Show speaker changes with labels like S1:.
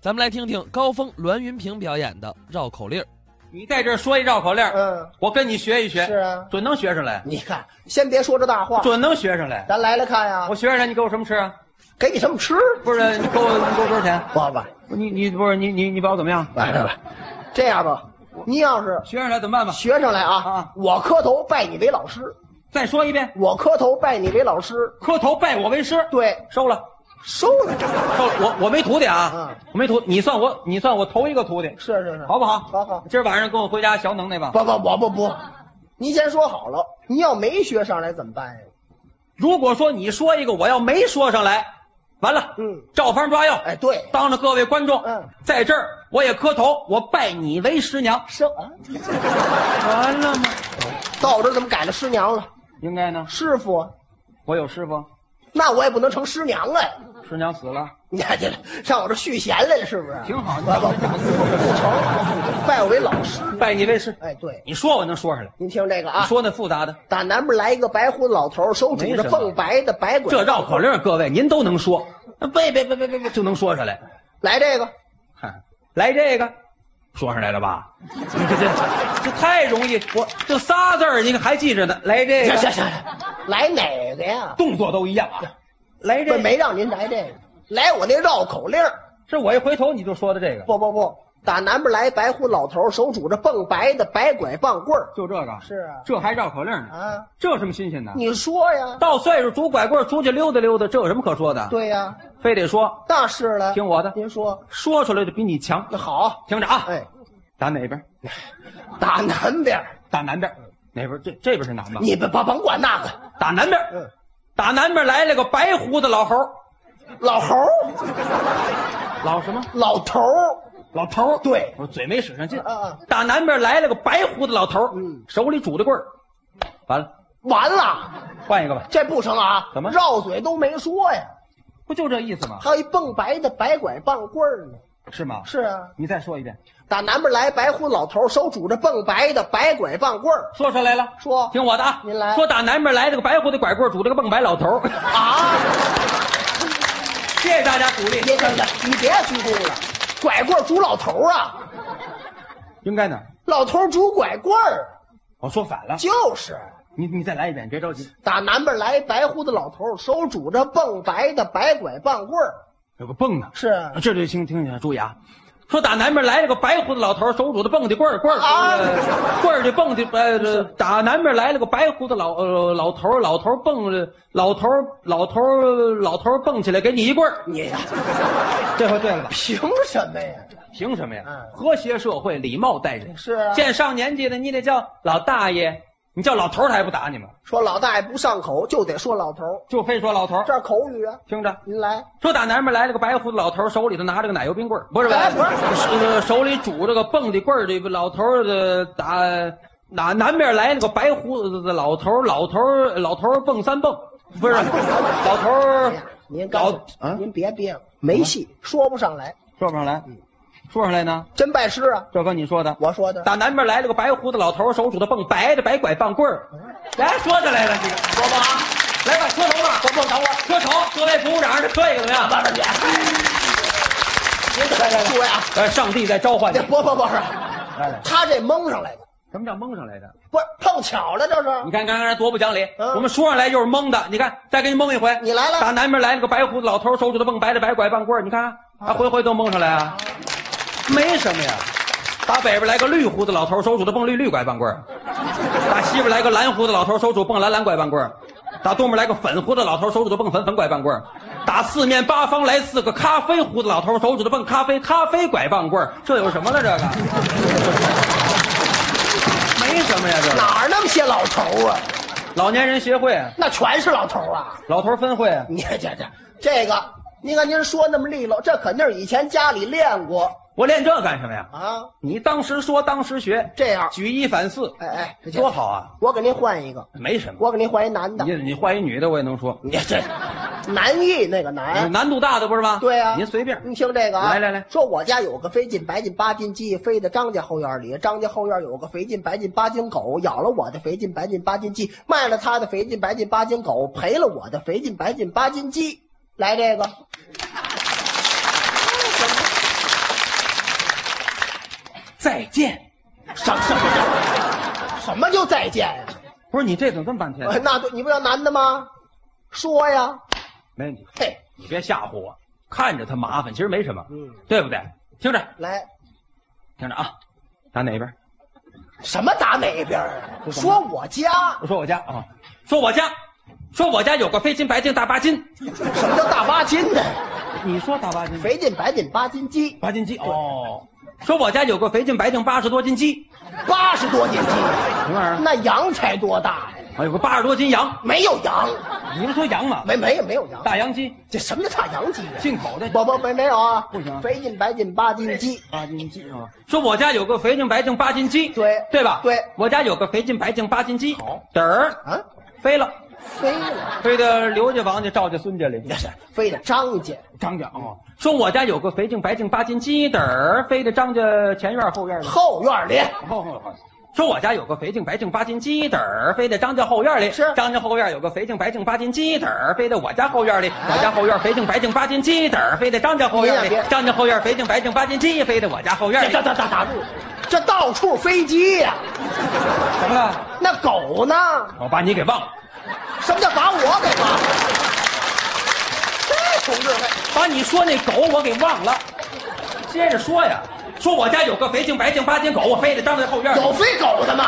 S1: 咱们来听听高峰、栾云平表演的绕口令儿。
S2: 你在这儿说一绕口令儿，
S3: 嗯，
S2: 我跟你学一学，
S3: 是啊
S2: 准能学上来，
S3: 你看，先别说这大话，
S2: 准能学上来。
S3: 咱来来看呀
S2: 我，学上来，你给我什么吃啊？
S3: 给你什么吃？
S2: 不是，你给我你给我多少钱？
S3: 爸爸，
S2: 你你不是你你你把我怎么样？
S3: 来来来，这样吧，你要是
S2: 学上来怎么办吧？
S3: 学上来啊
S2: 啊，
S3: 我磕头拜你为老师，
S2: 再说一遍，
S3: 我磕头拜你为老师，
S2: 磕头拜我为师。
S3: 对，
S2: 收了，
S3: 收了这个，
S2: 收了。我我没徒弟啊
S3: 嗯，
S2: 我没徒，你算我你算我头一个徒弟，
S3: 是是是，
S2: 好不好？
S3: 好好
S2: 今儿晚上跟我回家小能耐吧。
S3: 不不，我不不，您先说好了，您要没学上来怎么办呀？
S2: 如果说你说一个，我要没说上来，完了，
S3: 嗯
S2: 照方抓药。
S3: 哎，对，
S2: 当着各位观众，
S3: 嗯，
S2: 在这儿我也磕头，我拜你为师娘。
S3: 生啊，
S2: 完了吗？
S3: 到我这儿怎么改了师娘了？
S2: 应该呢。
S3: 师傅，
S2: 我有师傅，
S3: 那我也不能成师娘啊了呀。
S2: 师娘死了，
S3: 你看这上我这续弦来了，是不是？
S2: 挺好
S3: 不不不不成，拜我为老师。
S2: 拜你为师。
S3: 哎，对，
S2: 你说我能说上来，
S3: 您听这个
S2: 你
S3: 啊，
S2: 说那复杂的，
S3: 打南边来一个白胡子老头，手指
S2: 没
S3: 着
S2: 什么
S3: 蹦白的白鬼，
S2: 这绕口令，各位您都能说，那背背背背背背就能说上来。
S3: 来这个，
S2: 哼来这个，说上来了吧？ 这这这这太容易，我就仨字儿，你还记着呢。来这
S3: 行行
S2: 个，
S3: 行，来哪个呀？
S2: 动作都一样啊。来这
S3: 不
S2: 个，
S3: 没让您来这个，来我那绕口令儿。
S2: 这我一回头你就说的这个，
S3: 不不不，打南边来白胡子老头，手拄着蹦白的白拐棒棍儿。
S2: 就这个。
S3: 是啊
S2: 这还绕口令呢？
S3: 啊，
S2: 这有什么新鲜的？
S3: 你说呀？
S2: 到岁数拄拐棍儿出去溜达溜达，这有什么可说的？，
S3: 对呀，
S2: 非得说
S3: 那是了。
S2: 听我的
S3: 您说
S2: 说出来的比你强。
S3: 那好，
S2: 听着啊，
S3: 哎，
S2: 打哪边？
S3: 打南边儿，
S2: 打南边。哪边？这这边是南吧？
S3: 嗯你甭甭甭管那个。
S2: 打南边。
S3: 嗯，
S2: 打南边来了个白胡子老猴，
S3: 老猴儿，嗯
S2: 老什么？
S3: 老头儿，
S2: 老头。
S3: 对，
S2: 我嘴没使上劲。
S3: 嗯嗯
S2: 打南边来了个白胡子老头，
S3: 嗯，
S2: 手里拄着棍儿。完了，
S3: 完了，
S2: 换一个吧。
S3: 这不成啊！
S2: 怎么
S3: 绕嘴都没说呀？
S2: 不就这意思吗？
S3: 还有一蹦白的白拐棒棍儿呢。
S2: 是吗？
S3: 是啊，
S2: 你再说一遍，
S3: 打南边来白胡子老头，手拄着蹦白的白拐棒棍儿。
S2: 说出来了。
S3: 说
S2: 听我的啊。
S3: 您来
S2: 说打南边来了个白胡子拐棍儿，拄着个蹦白老头儿。
S3: 啊，
S2: 谢谢大家鼓励。
S3: 别别别，你别鞠躬了，拐棍儿拄老头儿啊，
S2: 应该呢。
S3: 老头儿拄拐棍儿，
S2: 我说反了。
S3: 就是。
S2: 你你再来一遍，别着急。
S3: 打南边来白胡子老头，手拄着蹦白的白拐棒棍儿。
S2: 有个蹦呢。
S3: 是啊
S2: 这就听听听，注意啊！说打南边来了个白胡子老头，手拄着蹦的棍儿棍儿
S3: 啊
S2: 呃棍儿的蹦的呃，这打南边来了个白胡子老呃老头儿老头儿蹦着老头儿老头儿老头儿蹦起来给你一棍儿，
S3: 你呀，
S2: 这回对了吧？
S3: 凭什么呀？
S2: 凭什么呀？
S3: 嗯
S2: 和谐社会，礼貌待人。
S3: 是啊
S2: 见上年纪的你得叫老大爷，你叫老头儿他还不打你吗？
S3: 说老大爷不上口，就得说老头儿，
S2: 就非说老头儿。
S3: 这口语啊。
S2: 听着，
S3: 您来，
S2: 说打南边来了个白胡子老头，手里头拿着个奶油冰棍儿不是吧？
S3: 哎不是
S2: 是呃手里拄着个蹦的棍儿的老头儿的打打南边来了个白胡子的老头，老头老头蹦三蹦，不是老头儿
S3: 哎呀您
S2: 老
S3: 刚
S2: 啊，
S3: 您别憋了，没戏，说不上来，
S2: 说不上来，说上来呢，
S3: 真拜师啊！
S2: 这跟你说的，
S3: 我说的，
S2: 打南边来了个白胡子老头，手拄着蹦白的白拐棒棍儿，来说起来了，这个说吧啊，来吧，磕头吧，
S3: 不不等会儿，
S2: 磕头，各位鼓鼓掌，这磕一个怎么 样？
S3: 慢慢点。您等会儿诸位啊，
S2: 呃，上帝在召唤你
S3: 这，啊不不不是，
S2: 来来，
S3: 他这蒙上来的，
S2: 什么叫蒙上来的？
S3: 不是碰巧了，这
S2: 你
S3: 是。
S2: 看刚才多不讲理，
S3: 啊嗯
S2: 我们说上来就是蒙的。你看，再给你蒙一回，
S3: 你来了
S2: 打南边来了个白胡子老头，手指头蹦白的白拐棒棍儿你看看，啊，回回都蒙上来啊，
S3: 嗯
S2: 没什么呀。打北边来个绿胡子老头，手指头蹦绿绿拐棒棍儿打西边来个蓝胡子老头，手指头蹦蓝蓝拐棒棍儿打东边来个粉胡子老头，手指头蹦粉粉拐棒棍儿打四面八方来四个咖啡胡子老头，手指头蹦咖啡咖啡拐棒棍儿这有什么呢？这个 没什么呀，这个。
S3: 哪儿那么些老头儿啊？
S2: 老年人协会，
S3: 那全是老头儿啊！
S2: 老头分会，
S3: 你这这这个，您看您说那么利落，这肯定是以前家里练过
S2: 我练这干什么呀？
S3: 啊。
S2: 你当时说，当时学，
S3: 这样
S2: 举一反四，
S3: 哎哎，这
S2: 多！好啊！
S3: 我给您换一个，
S2: 没什么，
S3: 我给您换一男的
S2: 你。你换一女的我也能说，
S3: 你这南艺那个南，
S2: 难度大的不是吗？
S3: 对啊，
S2: 哎您随便。
S3: 您听这个啊，
S2: 来来来
S3: 说我家有个飞进白进八斤鸡，飞到张家后院里，张家后院有个肥进白进八斤狗，咬了我的肥进白进八斤鸡，卖了他的肥进白进八斤狗，赔了我的肥进白进八斤鸡。来这个，
S2: 再见。
S3: 什么什么什么就再见呀、哎
S2: 不是你这怎么这么半天？
S3: 那对，你不让男的吗？说呀，
S2: 没问题，
S3: 嘿，
S2: 你别吓唬我，看着他麻烦，其实没什么，对不对？听着，
S3: 来，
S2: 听着啊，打哪边？
S3: 什么打哪边儿啊？说我家，
S2: 我说我家啊，说我家，说我家有个飞金白净大八斤，
S3: 什么叫大八斤的？
S2: 你说大八斤
S3: 肥进白进八斤鸡，
S2: 八斤鸡哦，说我家有个肥净白净八十多斤鸡，
S3: 八十多斤鸡，
S2: 什么玩意儿？
S3: 那羊才多大呀？
S2: 啊，有个八十多斤羊，
S3: 没有羊，
S2: 你不是说羊吗？
S3: 没没有没有羊，
S2: 大羊鸡，
S3: 这什么叫大羊鸡呀？
S2: 进口的
S3: 不不没没有啊，
S2: 不行
S3: 肥进白进八斤鸡，
S2: 八斤鸡啊。说我家有个肥净白净八斤鸡，
S3: 对
S2: 对吧？
S3: 对
S2: 我家有个肥净白净八斤鸡，
S3: 好，
S2: 嘚儿
S3: 啊，
S2: 飞了，
S3: 飞了，
S2: 飞到刘家、王家、赵家、孙家里。
S3: 这是飞的张家，
S2: 张家哦，说我家有个肥净白净八斤鸡嘚儿飞到张家前院后院里。
S3: 后院里
S2: 哦说我家有个肥净白净八斤鸡嘚儿飞到张家后院里。
S3: 是
S2: 张家后院有个肥净白净八斤鸡嘚儿飞到我家后院里。我家后院肥净白净八斤鸡嘚儿飞到张家后院
S3: 别
S2: 里
S3: 啊别。
S2: 张家后院肥净白净八斤鸡飞到我家后院
S3: 这
S2: 里。
S3: 这这这打住，这到处飞机呀、
S2: 怎么了？
S3: 那狗呢？
S2: 我把你给忘了，
S3: 什么叫把我给忘 了？这同志们，
S2: 把你说那狗我给忘了。接着说呀，说我家有个肥净白净八斤狗，我飞到张家后院里。
S3: 有飞狗的吗？